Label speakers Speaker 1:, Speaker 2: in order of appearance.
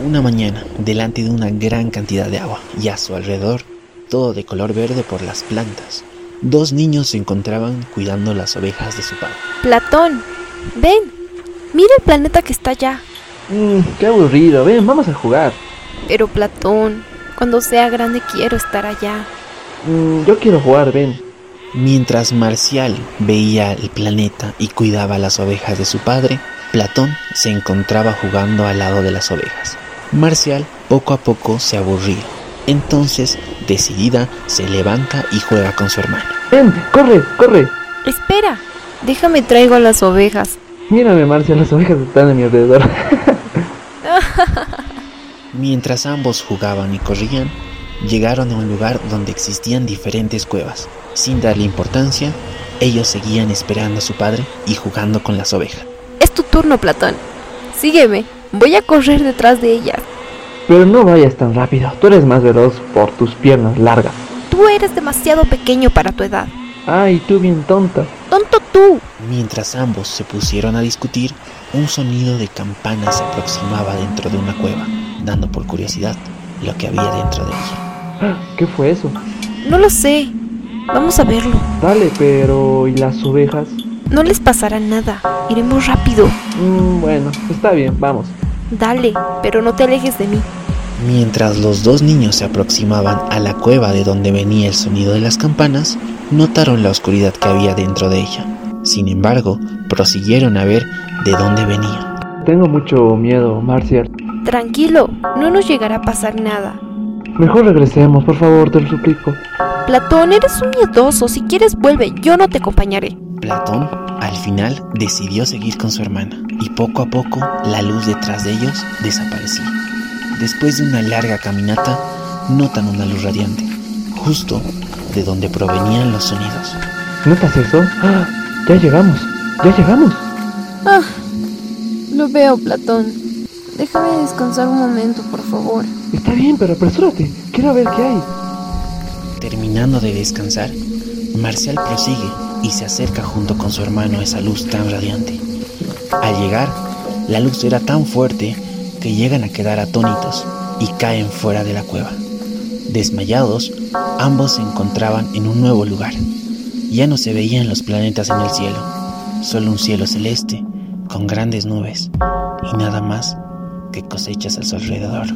Speaker 1: Una mañana, delante de una gran cantidad de agua y a su alrededor, todo de color verde por las plantas, dos niños se encontraban cuidando las ovejas de su padre.
Speaker 2: Platón, ven, mira el planeta que está allá.
Speaker 3: Mm, qué aburrido, ven, vamos a jugar.
Speaker 2: Pero Platón, cuando sea grande quiero estar allá.
Speaker 3: Mm, yo quiero jugar, ven.
Speaker 1: Mientras Marcial veía el planeta y cuidaba las ovejas de su padre, Platón se encontraba jugando al lado de las ovejas. Marcial poco a poco se aburría. Entonces, decidida, se levanta y juega con su hermano.
Speaker 3: Ven, corre, corre.
Speaker 2: Espera, déjame traigo a las ovejas.
Speaker 3: Mírame, Marcia, las ovejas están a mi alrededor.
Speaker 1: Mientras ambos jugaban y corrían, llegaron a un lugar donde existían diferentes cuevas. Sin darle importancia, ellos seguían esperando a su padre y jugando con las ovejas.
Speaker 2: Es tu turno, Platón. Sígueme, voy a correr detrás de ellas.
Speaker 3: Pero no vayas tan rápido, tú eres más veloz por tus piernas largas.
Speaker 2: Tú eres demasiado pequeño para tu edad.
Speaker 3: Ay, tú bien tonta.
Speaker 2: Tonto tú.
Speaker 1: Mientras ambos se pusieron a discutir, un sonido de campana se aproximaba dentro de una cueva, dando por curiosidad lo que había dentro de ella.
Speaker 3: ¿Qué fue eso?
Speaker 2: No lo sé. Vamos a verlo.
Speaker 3: Dale, pero ¿y las ovejas?
Speaker 2: No les pasará nada. Iremos rápido.
Speaker 3: Mm, bueno, está bien, vamos.
Speaker 2: Dale, pero no te alejes de mí.
Speaker 1: Mientras los dos niños se aproximaban a la cueva de donde venía el sonido de las campanas, notaron la oscuridad que había dentro de ella. Sin embargo, prosiguieron a ver de dónde venía.
Speaker 3: Tengo mucho miedo, Marcia.
Speaker 2: Tranquilo, no nos llegará a pasar nada.
Speaker 3: Mejor regresemos, por favor, te lo suplico.
Speaker 2: Platón, eres un miedoso. Si quieres, vuelve. Yo no te acompañaré.
Speaker 1: Platón, al final, decidió seguir con su hermana, y poco a poco la luz detrás de ellos desaparecía. Después de una larga caminata, notan una luz radiante, justo de donde provenían los sonidos.
Speaker 3: ¿Notas eso? ¡Ah! Ya llegamos, ya llegamos.
Speaker 4: Ah, lo veo, Platón. Déjame descansar un momento, por favor.
Speaker 3: Está bien, pero apresúrate. Quiero ver qué hay.
Speaker 1: Terminando de descansar, Marcial prosigue y se acerca junto con su hermano a esa luz tan radiante. Al llegar, la luz era tan fuerte que llegan a quedar atónitos y caen fuera de la cueva. Desmayados, ambos se encontraban en un nuevo lugar. Ya no se veían los planetas en el cielo, solo un cielo celeste con grandes nubes y nada más que cosechas a su alrededor.